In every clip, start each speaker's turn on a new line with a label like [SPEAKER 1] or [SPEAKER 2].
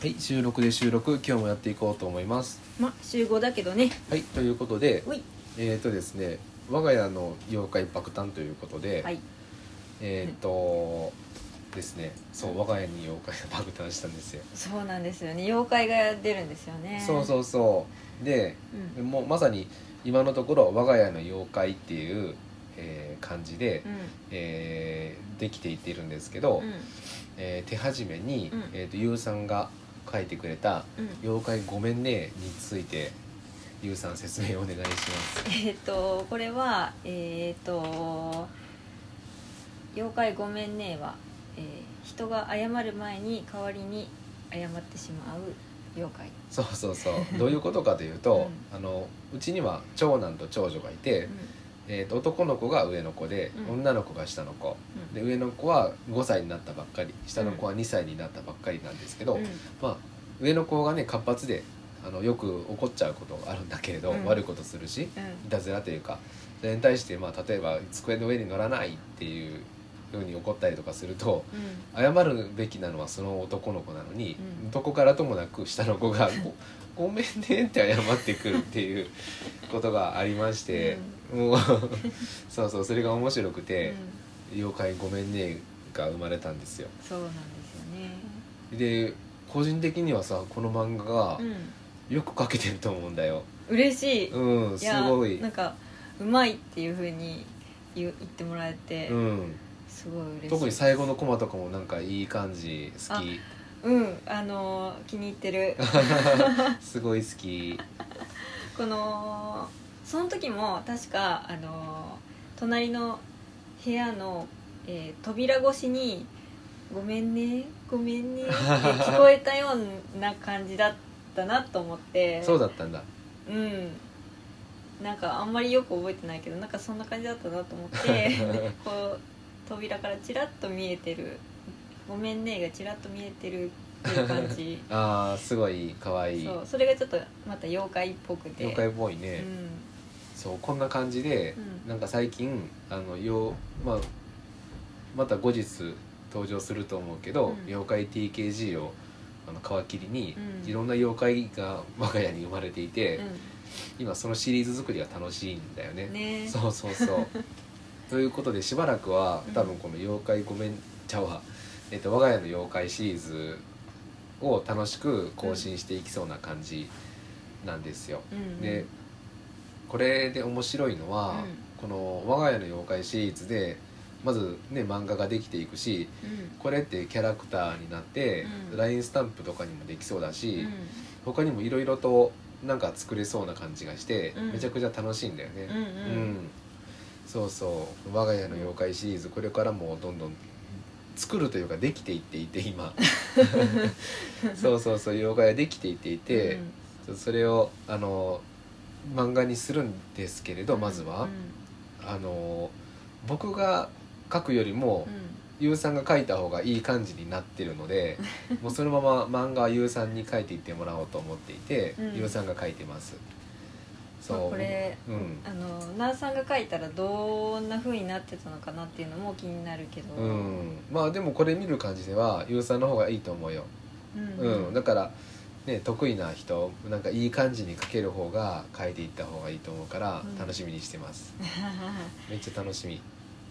[SPEAKER 1] はい収録で収録今日もやっていこうと思います
[SPEAKER 2] まあ集合だけどね
[SPEAKER 1] はいということで
[SPEAKER 2] おい
[SPEAKER 1] えっ、とですね我が家の妖怪爆誕ということで、
[SPEAKER 2] はい
[SPEAKER 1] えっ、とですねそう我が家に妖怪が爆誕したんですよ、
[SPEAKER 2] そうなんですよね妖怪が出るんですよね
[SPEAKER 1] そう
[SPEAKER 2] う、
[SPEAKER 1] そうそうで
[SPEAKER 2] うん
[SPEAKER 1] もうまさに今のところ我が家の妖怪っていう、えー感じで、
[SPEAKER 2] う
[SPEAKER 1] えーできていっているんですけど、
[SPEAKER 2] んうん
[SPEAKER 1] えー手始めに、
[SPEAKER 2] うん
[SPEAKER 1] えー、とゆうさんが書いてくれた
[SPEAKER 2] うん
[SPEAKER 1] 「妖怪ごめんね」についてゆうさん説明お願いします。
[SPEAKER 2] えっ、とこれはえっ、と「妖怪ごめんね」は、えー人が謝る前に代わりに謝ってしまう妖怪、
[SPEAKER 1] そうそうそうどういうことかというと、うあのうちには長男と長女がいて、えー、と男の子が上の子で、
[SPEAKER 2] うん
[SPEAKER 1] 女の子が下の子
[SPEAKER 2] うん
[SPEAKER 1] で上の子は5歳になったばっかり下の子は2歳になったばっかりなんですけど、
[SPEAKER 2] うん
[SPEAKER 1] まあ、上の子がね活発であのよく怒っちゃうことあるんだけれど、
[SPEAKER 2] うん
[SPEAKER 1] 悪いことするし
[SPEAKER 2] うん
[SPEAKER 1] いたずらというかそれに対して、まあ、例えば机の上に乗らないっていうように怒ったりとかすると
[SPEAKER 2] うん
[SPEAKER 1] 謝るべきなのはその男の子なのに、
[SPEAKER 2] うん
[SPEAKER 1] どこからともなく下の子が「 ごごめんね」って謝ってくるっていうことがありまして、もう そうそうそれが面白くて
[SPEAKER 2] うん
[SPEAKER 1] 「妖怪ごめんね」が生まれたんですよ。
[SPEAKER 2] そうなんですよね
[SPEAKER 1] で個人的にはさこの漫画が
[SPEAKER 2] うん
[SPEAKER 1] よく描けてると思うんだよ。
[SPEAKER 2] 嬉しい、
[SPEAKER 1] うん、
[SPEAKER 2] い
[SPEAKER 1] す
[SPEAKER 2] や
[SPEAKER 1] ごい。
[SPEAKER 2] なんかうまいっていうふうに言う言ってもらえて、
[SPEAKER 1] うん、
[SPEAKER 2] すごい嬉しい
[SPEAKER 1] 特に最後のコマとかもなんかいい感じ好き
[SPEAKER 2] うんあのー気に入っ てる
[SPEAKER 1] すごい好 き
[SPEAKER 2] このその時も確かあのー隣の部屋の、えー扉越しに「ごめんねごめんね」って聞こえたような感じだったなと思って
[SPEAKER 1] そうだったんだ
[SPEAKER 2] うんなんかあんまりよく覚えてないけどなんかそんな感じだったなと思って こう扉からちらっと見えてる「ごめんね」がちらっと見えてるっていう感じ
[SPEAKER 1] あーすごい可愛い
[SPEAKER 2] そうそれがちょっとまた妖怪っぽくて
[SPEAKER 1] 妖怪っぽいね、
[SPEAKER 2] う
[SPEAKER 1] そうこんな感じで、
[SPEAKER 2] うん
[SPEAKER 1] なんか最近あのよう、まあ、また後日登場すると思うけど、
[SPEAKER 2] うん
[SPEAKER 1] 妖怪 TKG をあの皮切りに、
[SPEAKER 2] うん
[SPEAKER 1] いろんな妖怪が我が家に生まれていて、
[SPEAKER 2] ん、
[SPEAKER 1] 今そのシリーズ作りが楽しいんだよね
[SPEAKER 2] うん、ね
[SPEAKER 1] そうそうそう ということでしばらくは
[SPEAKER 2] うん
[SPEAKER 1] 多分この「妖怪ごめんちゃうわ」えっと我が家の妖怪シリーズを楽しく更新していきそうな感じなんですよ。
[SPEAKER 2] うんうん
[SPEAKER 1] でこれで面白いのは、
[SPEAKER 2] うん
[SPEAKER 1] この我が家の妖怪シリーズでまずね漫画ができていくし
[SPEAKER 2] うん
[SPEAKER 1] これってキャラクターになって
[SPEAKER 2] うん
[SPEAKER 1] LINE スタンプとかにもできそうだし、
[SPEAKER 2] うん
[SPEAKER 1] 他にもいろいろとなんか作れそうな感じがして、
[SPEAKER 2] うん
[SPEAKER 1] めちゃくちゃ楽しいんだよね。
[SPEAKER 2] うんうん
[SPEAKER 1] うん、そうそう我が家の妖怪シリーズこれからもどんどん作るというかできていっていて 今そうそうそう妖怪ができていっていて、そうそれをあの漫画にするんですけれどまずは、あの僕が書くよりも、ゆうさんが書いた方がいい感じになってるの でもうそのまま漫画はゆうさんに書いていってもらおうと思っていて、
[SPEAKER 2] うん
[SPEAKER 1] ゆうさんが書いてます
[SPEAKER 2] そうこれ、
[SPEAKER 1] うん
[SPEAKER 2] あの奈さんが書いたらどんな風になってたのかなっていうのも気になるけど、
[SPEAKER 1] うん、まあでもこれ見る感じではゆうさんの方がいいと思うよ、
[SPEAKER 2] うん
[SPEAKER 1] うん だから、ね、得意な人なんかいい感じに書ける方が書いていった方がいいと思うから
[SPEAKER 2] うん
[SPEAKER 1] 楽しみにしてます、めっちゃ楽しみ、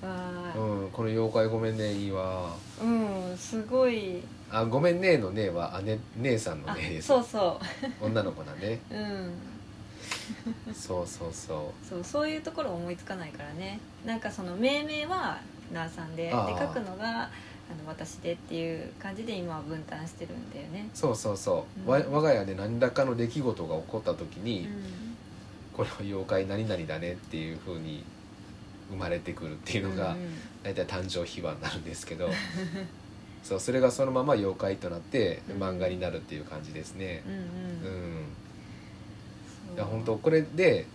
[SPEAKER 2] わー
[SPEAKER 1] うん、この「妖怪ごめんね」いいわ
[SPEAKER 2] うん、すごい
[SPEAKER 1] あ「ごめんね」の「ね」は姉姉さんの「
[SPEAKER 2] あ
[SPEAKER 1] ね」です
[SPEAKER 2] そうそ
[SPEAKER 1] 女の子だ ね
[SPEAKER 2] ううん
[SPEAKER 1] そうそうそ
[SPEAKER 2] そうそういうところ思いつかないからねなんかその命名はなあさんでで
[SPEAKER 1] あー
[SPEAKER 2] 書くのがあの私でっていう感じで今は分担してるんだよね
[SPEAKER 1] うそうそうそう、
[SPEAKER 2] うん
[SPEAKER 1] わ我が家で何らかの出来事が起こった時に、
[SPEAKER 2] うん
[SPEAKER 1] これは妖怪何々だねっていう風に生まれてくるっていうのが、
[SPEAKER 2] うん
[SPEAKER 1] 大体誕生秘話になるんですけ どそうそれがそのまま妖怪となって
[SPEAKER 2] うん
[SPEAKER 1] 漫画になるっていう感じですね
[SPEAKER 2] うん
[SPEAKER 1] うん、
[SPEAKER 2] うん
[SPEAKER 1] いや本当これで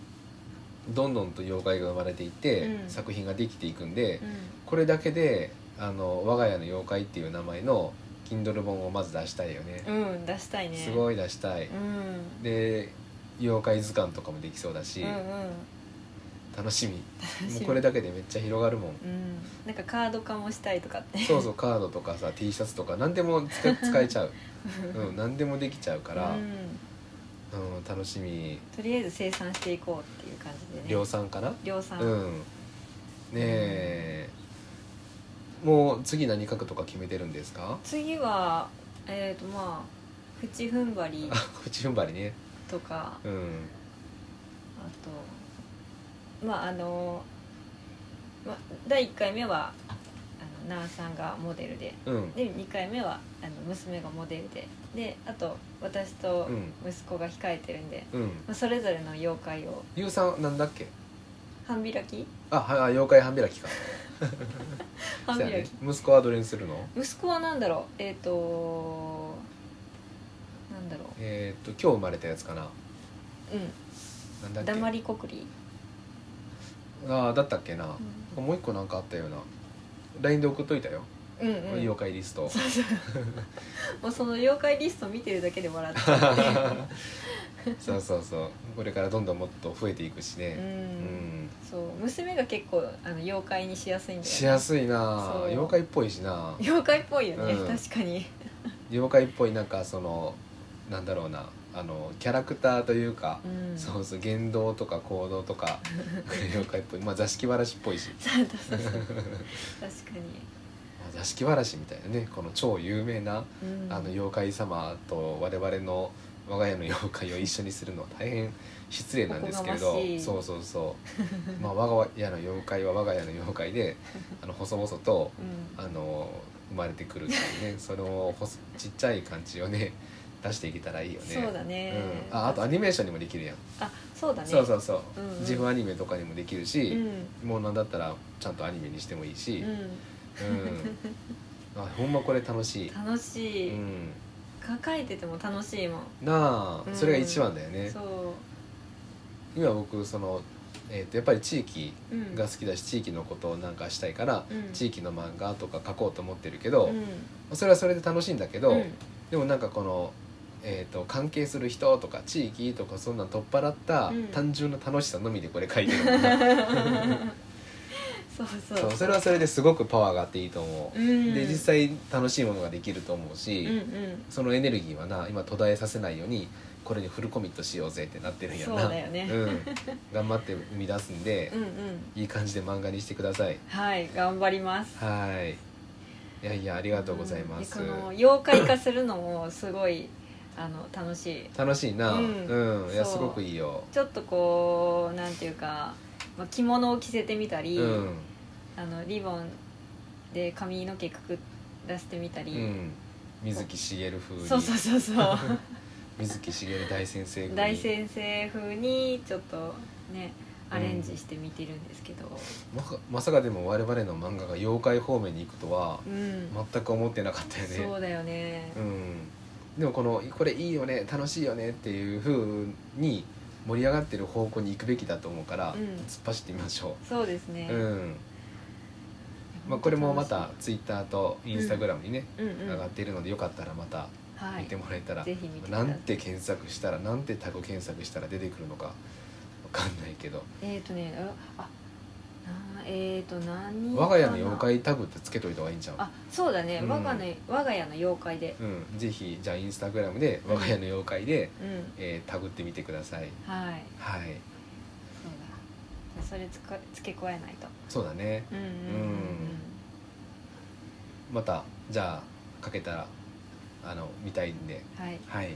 [SPEAKER 1] どんどんと妖怪が生まれていって、
[SPEAKER 2] うん
[SPEAKER 1] 作品ができていくんで、
[SPEAKER 2] うん
[SPEAKER 1] これだけであの我が家の妖怪っていう名前の Kindle 本をまず出したいよね、
[SPEAKER 2] うん、出したいね
[SPEAKER 1] す
[SPEAKER 2] い
[SPEAKER 1] ごい出したい、
[SPEAKER 2] うん
[SPEAKER 1] で妖怪図鑑とかもできそうだし、
[SPEAKER 2] うんうん
[SPEAKER 1] 楽しみ
[SPEAKER 2] しみ
[SPEAKER 1] もうこれだけでめっちゃ広がるもん
[SPEAKER 2] うんなんかカード化もしたいとかって
[SPEAKER 1] そうそうカードとかさ T シャツとか何でも使使えちゃう、うん、何でもできちゃうから、
[SPEAKER 2] う
[SPEAKER 1] うん、
[SPEAKER 2] ん
[SPEAKER 1] 楽しみ
[SPEAKER 2] とりあえず生産していこうっていう感じでね
[SPEAKER 1] 量産かな
[SPEAKER 2] 量産、
[SPEAKER 1] うんねえもう次何書くとか決めてるんですか
[SPEAKER 2] 次はえっ、とまあ口踏ん張 り
[SPEAKER 1] あ口踏ん張りね
[SPEAKER 2] とか
[SPEAKER 1] うん
[SPEAKER 2] あとまああの、ま、第1回目はあのナーさんがモデルで
[SPEAKER 1] うん
[SPEAKER 2] で2回目はあの娘がモデルでであと私と
[SPEAKER 1] うん
[SPEAKER 2] 息子が控えてるんで、
[SPEAKER 1] うん
[SPEAKER 2] まあ、それぞれの妖怪を
[SPEAKER 1] ゆうさんなんだっけ
[SPEAKER 2] 半開き
[SPEAKER 1] あはあ妖怪半開きか
[SPEAKER 2] 半開
[SPEAKER 1] そう
[SPEAKER 2] き、
[SPEAKER 1] やね息子はどれにするの
[SPEAKER 2] 息子は何だろうえっ、となんだろ
[SPEAKER 1] えーっと今日生まれたやつかな
[SPEAKER 2] うう
[SPEAKER 1] なんだっ
[SPEAKER 2] ん
[SPEAKER 1] け
[SPEAKER 2] 黙りこくり、
[SPEAKER 1] ああだったっけな、
[SPEAKER 2] う
[SPEAKER 1] もう一個なんかあったような LINE で送っといたよ、
[SPEAKER 2] ん、うんうん
[SPEAKER 1] 妖怪リス ト
[SPEAKER 2] もうその妖怪リスト見てるだけで笑っちゃう
[SPEAKER 1] そうそうそうこれからどんどんもっと増えていくし
[SPEAKER 2] う
[SPEAKER 1] ねうん、
[SPEAKER 2] んそう娘が結構あの妖怪にしやすいんだよ、ね、
[SPEAKER 1] しやすいな
[SPEAKER 2] そう
[SPEAKER 1] 妖怪っぽいしな
[SPEAKER 2] 妖怪っぽいよね、
[SPEAKER 1] うん
[SPEAKER 2] 確かに
[SPEAKER 1] 妖怪っぽいなんかそのなんだろうなあのキャラクターというか、
[SPEAKER 2] うん
[SPEAKER 1] そうそう言動とか行動と か妖怪っぽいまあ座敷わらしっぽいし、
[SPEAKER 2] そうそう そう確か
[SPEAKER 1] まあ座敷わらしみたいなねこの超有名な
[SPEAKER 2] に、うん、
[SPEAKER 1] あの妖怪様と我々の我が家の妖怪を一緒にするのは大変失礼なんですけれ
[SPEAKER 2] おこ
[SPEAKER 1] ど
[SPEAKER 2] がましい
[SPEAKER 1] そうそうそうまあ我が家の妖怪は我が家の妖怪であの細々と
[SPEAKER 2] うん、
[SPEAKER 1] あの生まれてくるっていうねそのほそちっちゃい感じをね出していけたらいいよね。
[SPEAKER 2] そうだね、
[SPEAKER 1] うん、ああとアニメーションにもできるやん、
[SPEAKER 2] あそうだね
[SPEAKER 1] そうそうそう、
[SPEAKER 2] うんうん
[SPEAKER 1] 自分アニメとかにもできるし、
[SPEAKER 2] ん
[SPEAKER 1] もうなんだったらちゃんとアニメにしてもいいし、
[SPEAKER 2] う
[SPEAKER 1] うんあほんまこれ楽しい、
[SPEAKER 2] ん、楽し
[SPEAKER 1] う
[SPEAKER 2] い、
[SPEAKER 1] ん、
[SPEAKER 2] 書いてても楽しいもん、
[SPEAKER 1] なあ、
[SPEAKER 2] うん
[SPEAKER 1] それが一番だよね
[SPEAKER 2] そ
[SPEAKER 1] 今僕その、えー、とやっぱり地域
[SPEAKER 2] う、うん、
[SPEAKER 1] が好きだし地域のことをなんかしたいから、
[SPEAKER 2] うん
[SPEAKER 1] 地域の漫画とか書こうと思ってるけど、
[SPEAKER 2] うん
[SPEAKER 1] それはそれで楽しいんだけど、
[SPEAKER 2] うん
[SPEAKER 1] でもなんかこの、えー、と関係する人とか地域とかそんなん取っ払った
[SPEAKER 2] うん
[SPEAKER 1] 単純な楽しさのみでこれ書いてるもんな
[SPEAKER 2] そう そう
[SPEAKER 1] そうそれはそれですごくパワーがあっていいと思
[SPEAKER 2] う
[SPEAKER 1] う、
[SPEAKER 2] ん、
[SPEAKER 1] で実際楽しいものができると思う
[SPEAKER 2] う
[SPEAKER 1] し、
[SPEAKER 2] んうん
[SPEAKER 1] そのエネルギーはな今途絶えさせないようにこれにフルコミットしようぜってなってるんやな
[SPEAKER 2] そうだよね
[SPEAKER 1] うん、頑張って生み出すんで
[SPEAKER 2] う、んうん
[SPEAKER 1] いい感じで漫画にしてください
[SPEAKER 2] はい頑張ります
[SPEAKER 1] はいいやいやあり
[SPEAKER 2] あ
[SPEAKER 1] がとうございます、
[SPEAKER 2] この妖怪化するのもすごいあの楽しい
[SPEAKER 1] 楽しいなう
[SPEAKER 2] うんん、
[SPEAKER 1] いや
[SPEAKER 2] そう
[SPEAKER 1] すごくいいよ
[SPEAKER 2] ちょっとこうなんていうか、まあ、着物を着せてみたり、
[SPEAKER 1] うん
[SPEAKER 2] あのリボンで髪の毛くくらせてみた
[SPEAKER 1] う
[SPEAKER 2] り、
[SPEAKER 1] ん水木しげる風に
[SPEAKER 2] そうそうそうそう
[SPEAKER 1] 水木しげる大先生風に
[SPEAKER 2] 大先生風にちょっとね
[SPEAKER 1] うん
[SPEAKER 2] アレンジしてみてるんですけど、
[SPEAKER 1] まかまさかでも我々の漫画が妖怪方面に行くとは
[SPEAKER 2] うん
[SPEAKER 1] 全く思ってなかったよね
[SPEAKER 2] そうだよね
[SPEAKER 1] うん、でもこの「これいいよね楽しいよね」っていう風に盛り上がってる方向に行くべきだと思うから、
[SPEAKER 2] うん
[SPEAKER 1] 突っ走ってみましょ
[SPEAKER 2] そうですね
[SPEAKER 1] う、、うんまあ、これもまたツイッターとインスタグラムにね、
[SPEAKER 2] うんうん
[SPEAKER 1] 上がっているのでよかったらまた
[SPEAKER 2] は
[SPEAKER 1] 見て
[SPEAKER 2] い
[SPEAKER 1] もらえたら、
[SPEAKER 2] ぜひ見てくだ
[SPEAKER 1] な
[SPEAKER 2] さい
[SPEAKER 1] んて検索したらなんてタグ検索したら出てくるのかわかんないけど
[SPEAKER 2] えっ、ー、とねああなえっ、ー、と
[SPEAKER 1] 「
[SPEAKER 2] 何
[SPEAKER 1] 我が家の
[SPEAKER 2] かな
[SPEAKER 1] 妖怪タグ」ってつけといた方がいいんじゃん
[SPEAKER 2] あそうだね、
[SPEAKER 1] うん
[SPEAKER 2] 我がね我が家の妖怪で
[SPEAKER 1] うん、ぜひじゃあインスタグラムで「我が家の妖怪で」
[SPEAKER 2] うん
[SPEAKER 1] えータグってみてくださいは
[SPEAKER 2] はい
[SPEAKER 1] い
[SPEAKER 2] そうだじゃあそれつか付け加えないと
[SPEAKER 1] そうだね
[SPEAKER 2] うんうんうん
[SPEAKER 1] またじゃあかけたらあの見たいんで
[SPEAKER 2] うんはい
[SPEAKER 1] はい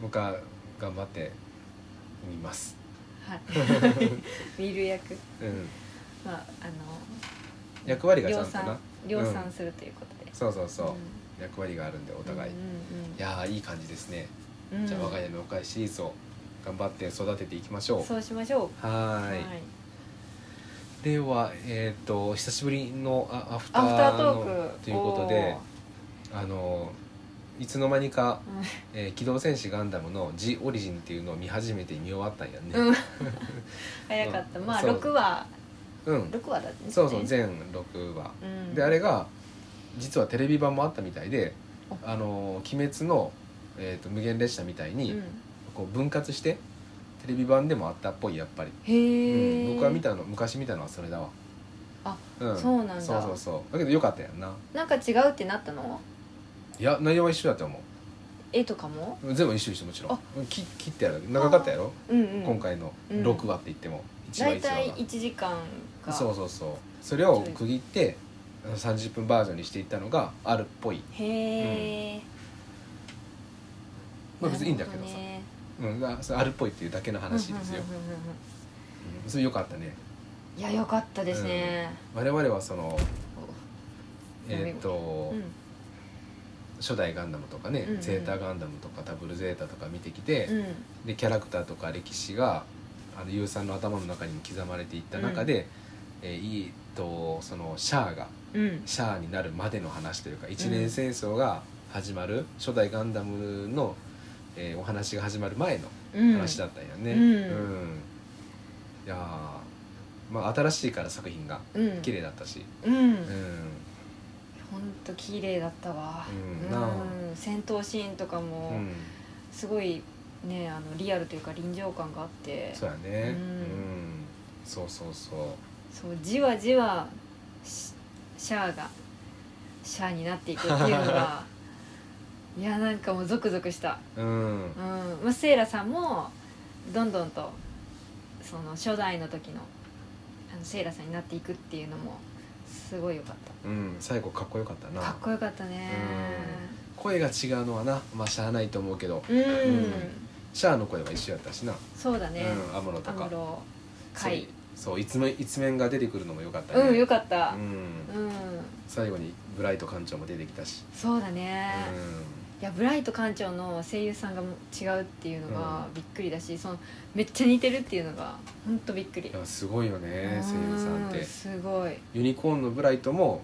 [SPEAKER 1] 僕は頑張って見ます
[SPEAKER 2] はい 見る役
[SPEAKER 1] うん
[SPEAKER 2] まああ
[SPEAKER 1] 役割
[SPEAKER 2] の
[SPEAKER 1] がちゃ
[SPEAKER 2] 量
[SPEAKER 1] んとな
[SPEAKER 2] 産量産するということで、
[SPEAKER 1] そうそうそう、
[SPEAKER 2] ん
[SPEAKER 1] 役割があるんでお互い、い
[SPEAKER 2] うんうんうん
[SPEAKER 1] やーいい感じですね、
[SPEAKER 2] うん
[SPEAKER 1] じゃあ我が家のおかえシリーズを頑張って育てていきましょう
[SPEAKER 2] そうしましょ
[SPEAKER 1] は
[SPEAKER 2] う
[SPEAKER 1] ーいではえっ、と久しぶりのあアフタ
[SPEAKER 2] アフター
[SPEAKER 1] ー
[SPEAKER 2] ト
[SPEAKER 1] の
[SPEAKER 2] ーク
[SPEAKER 1] ということであのいつの間にか
[SPEAKER 2] おー
[SPEAKER 1] えー機動戦士ガンダムの「ジオリジン」っていうのを見始めて見終わったんやね
[SPEAKER 2] うん早かった、まあ
[SPEAKER 1] そう
[SPEAKER 2] 6話
[SPEAKER 1] うん、
[SPEAKER 2] 6話だったね
[SPEAKER 1] そうそう全6話、
[SPEAKER 2] うん
[SPEAKER 1] であれが実はテレビ版もあったみたいで
[SPEAKER 2] お
[SPEAKER 1] 「あのー鬼滅の」えーと無限列車みたいに、
[SPEAKER 2] うん
[SPEAKER 1] こう分割してテレビ版でもあったっぽいやっぱり、
[SPEAKER 2] へえ、
[SPEAKER 1] うん、僕は見たの昔見たのはそれだわ
[SPEAKER 2] あ、
[SPEAKER 1] うん、
[SPEAKER 2] そうなんだ
[SPEAKER 1] そうそうそうだけどよかったやんな
[SPEAKER 2] なんか違うってなったの
[SPEAKER 1] いや内容は一緒だと思
[SPEAKER 2] 絵とかも
[SPEAKER 1] う全部一緒一緒もちろ
[SPEAKER 2] あ
[SPEAKER 1] んき切ってやる長かったやろ、
[SPEAKER 2] うんうん
[SPEAKER 1] 今回の
[SPEAKER 2] うん
[SPEAKER 1] 6話って言っても、一話
[SPEAKER 2] 大
[SPEAKER 1] 一話
[SPEAKER 2] 体
[SPEAKER 1] が
[SPEAKER 2] 1時間が
[SPEAKER 1] そうそうそうそれを区切ってあの30分バージョンにしていったのがあるっぽい
[SPEAKER 2] へえ、
[SPEAKER 1] まあ別にいいんだけどさ
[SPEAKER 2] ね、
[SPEAKER 1] うんがそれあるっぽいっていうだけの話ですよ
[SPEAKER 2] うんうんうんうんうん
[SPEAKER 1] うんそれよかったね
[SPEAKER 2] いやよかったですね、
[SPEAKER 1] 我々はその
[SPEAKER 2] ごめん
[SPEAKER 1] えーっと、
[SPEAKER 2] うん
[SPEAKER 1] 初代ガンダムとかね、
[SPEAKER 2] うんうん
[SPEAKER 1] ゼータガンダムとかダブルゼータとか見てきて、
[SPEAKER 2] うん
[SPEAKER 1] でキャラクターとか歴史があのユウさんの頭の中にも刻まれていった中で、えーいいとそのシャアが
[SPEAKER 2] うん
[SPEAKER 1] シャアになるまでの話というか一年戦争が始まる、初代ガンダムの、えーお話が始まる前の
[SPEAKER 2] うん
[SPEAKER 1] 話だったんやね。
[SPEAKER 2] うん
[SPEAKER 1] いやーまあ新しいから作品が
[SPEAKER 2] うん
[SPEAKER 1] 綺麗だったし、
[SPEAKER 2] うん
[SPEAKER 1] うん
[SPEAKER 2] ほんと綺麗だったわ
[SPEAKER 1] うん
[SPEAKER 2] うん
[SPEAKER 1] なあ
[SPEAKER 2] 戦闘シーンとか
[SPEAKER 1] う
[SPEAKER 2] も
[SPEAKER 1] ん
[SPEAKER 2] すごいねあのリアルというか臨場感があって
[SPEAKER 1] そうやね、う
[SPEAKER 2] うん
[SPEAKER 1] んそうそうそう
[SPEAKER 2] そうじわじわシシャアがシャアになっていくっていうの がいやなんかもうゾクゾクした、
[SPEAKER 1] うん
[SPEAKER 2] うんまあ、セイラさんもどんどんとその初代の時のあのセイラさんになっていくっていうのもすごい良かっ
[SPEAKER 1] うん、最後かっこよかった
[SPEAKER 2] た
[SPEAKER 1] な
[SPEAKER 2] かっこよかったね
[SPEAKER 1] 声が違うのはなまあしゃあないと思うけど
[SPEAKER 2] うん、
[SPEAKER 1] うんシャアの声は一緒やったしな、
[SPEAKER 2] そうだね、
[SPEAKER 1] うん、アムロと
[SPEAKER 2] ア
[SPEAKER 1] か
[SPEAKER 2] ムロ
[SPEAKER 1] そう
[SPEAKER 2] 海
[SPEAKER 1] そういつも一面が出てくるのもよかったね
[SPEAKER 2] うんよかっ
[SPEAKER 1] う
[SPEAKER 2] た
[SPEAKER 1] ん
[SPEAKER 2] うん、
[SPEAKER 1] 最後にブライト艦長も出てきたし、
[SPEAKER 2] そうだね、
[SPEAKER 1] う
[SPEAKER 2] いやブライト館長の声優さんが違うっていうのがびっくりだし、そのめっちゃ似てるっていうのが本当びっくり
[SPEAKER 1] ん、いやすごいよね声優さんっ
[SPEAKER 2] う
[SPEAKER 1] て
[SPEAKER 2] すごい
[SPEAKER 1] ユニコーンのブライトも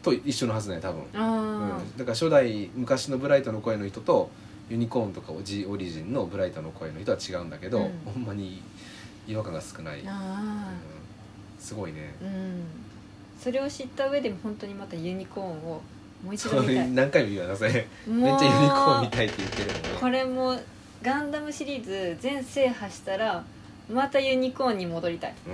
[SPEAKER 1] と一緒のはずね多分、
[SPEAKER 2] あ
[SPEAKER 1] う
[SPEAKER 2] あ
[SPEAKER 1] ん、だから初代昔のブライトの声の人とユニコーンとかオジオリジンのブライトの声の人は違うんだけど、
[SPEAKER 2] うん
[SPEAKER 1] ほんまに違和感が少ない、うん、
[SPEAKER 2] あ
[SPEAKER 1] すごいね
[SPEAKER 2] あうんそれを知った上でも本当にまたユニコーンをもう一
[SPEAKER 1] そ
[SPEAKER 2] 度見た
[SPEAKER 1] れ
[SPEAKER 2] い
[SPEAKER 1] 何回も言うよなそれめっ
[SPEAKER 2] め
[SPEAKER 1] ちゃユニコーンみたいって言ってるも
[SPEAKER 2] こ
[SPEAKER 1] んね
[SPEAKER 2] れもガンダムシリーズ全制覇したらまたユニコーンに戻りたい
[SPEAKER 1] うん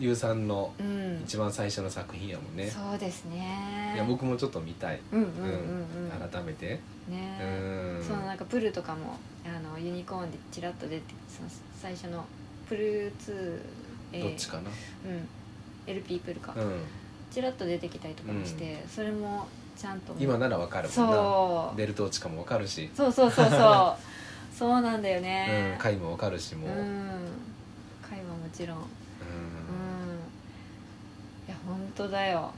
[SPEAKER 1] ゆうさんの
[SPEAKER 2] うん
[SPEAKER 1] 一番最初の作品やもんね
[SPEAKER 2] そうですね
[SPEAKER 1] いや僕もちょっと見たい
[SPEAKER 2] うんうんうんうん
[SPEAKER 1] 改めて
[SPEAKER 2] ね
[SPEAKER 1] う
[SPEAKER 2] え
[SPEAKER 1] ん
[SPEAKER 2] そのなんかプルとかもあのユニコーンでちらっと出てその最初のプル2、えー
[SPEAKER 1] どっちかな
[SPEAKER 2] うん、LP プルか、
[SPEAKER 1] うん
[SPEAKER 2] ちらっと出てきたりとかもして、それもちゃんと
[SPEAKER 1] 今ならわかるもんな
[SPEAKER 2] そう
[SPEAKER 1] ベルト落ちかもわかるし
[SPEAKER 2] そうそうそうそう そうなんだよ
[SPEAKER 1] うん
[SPEAKER 2] ね、
[SPEAKER 1] 回もわかるし
[SPEAKER 2] うん
[SPEAKER 1] もううん
[SPEAKER 2] 会はもちろんうんいや本当だよ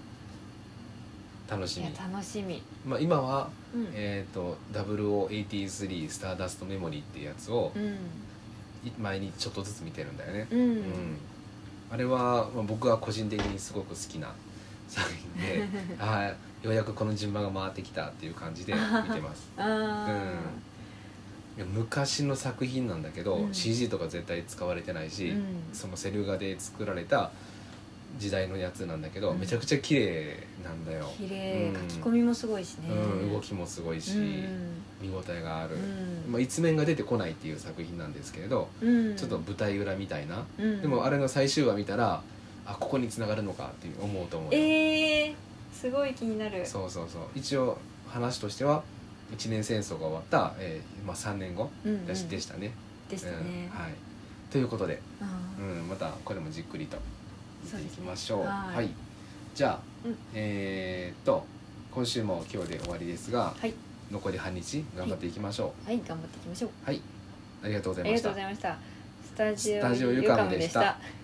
[SPEAKER 1] 楽し
[SPEAKER 2] いや
[SPEAKER 1] み
[SPEAKER 2] 楽しみ、
[SPEAKER 1] まあ今は
[SPEAKER 2] うん
[SPEAKER 1] えっと0083スターダストメモリーっていうやつを
[SPEAKER 2] うん
[SPEAKER 1] い前にちょっとずつ見てるんだよね
[SPEAKER 2] うん、
[SPEAKER 1] うんあれは、まあ、僕は個人的にすごく好きな作品 であーようやくこの順番が回ってきたっていう感じで見て ます
[SPEAKER 2] あー
[SPEAKER 1] いや昔の作品なんだけど、
[SPEAKER 2] うん
[SPEAKER 1] CG とか絶対使われてないし、
[SPEAKER 2] うん
[SPEAKER 1] そのセル画で作られた時代のやつなんだけど、
[SPEAKER 2] うん
[SPEAKER 1] めちゃくちゃ綺麗なんだよ、
[SPEAKER 2] 綺麗、
[SPEAKER 1] うん
[SPEAKER 2] 書き込みもすごいしね、
[SPEAKER 1] うん、動きもすごいし、
[SPEAKER 2] うん
[SPEAKER 1] 見応えがある、
[SPEAKER 2] うん
[SPEAKER 1] まあ、一面が出てこないっていう作品なんですけれど、
[SPEAKER 2] うん、
[SPEAKER 1] ちょっと舞台裏みたいな
[SPEAKER 2] うん、
[SPEAKER 1] でもあれの最終話見たらあここに繋がるのかって思うと思うよ、
[SPEAKER 2] えー、すごい気になる
[SPEAKER 1] そうそうそう一応話としては一年戦争が終わった、えーまあ、3年後
[SPEAKER 2] う、んうん、
[SPEAKER 1] でしでしたね、
[SPEAKER 2] でした
[SPEAKER 1] う
[SPEAKER 2] ね、
[SPEAKER 1] んはい、ということで、
[SPEAKER 2] あ
[SPEAKER 1] う
[SPEAKER 2] ー
[SPEAKER 1] ん、またこれもじっくりと見ていきましょう
[SPEAKER 2] そうですね
[SPEAKER 1] はい、
[SPEAKER 2] はい
[SPEAKER 1] じゃあ、
[SPEAKER 2] うん
[SPEAKER 1] えーっと今週も今日で終わりですが、
[SPEAKER 2] はい
[SPEAKER 1] 残り半日頑張っていきましょ
[SPEAKER 2] はい頑張っていきましょう
[SPEAKER 1] うはい、ありがとうござ
[SPEAKER 2] あ
[SPEAKER 1] いま
[SPEAKER 2] りが
[SPEAKER 1] し
[SPEAKER 2] とう
[SPEAKER 1] た
[SPEAKER 2] ございましたスタジオ
[SPEAKER 1] スタジオゆかむでした
[SPEAKER 2] ゆかむで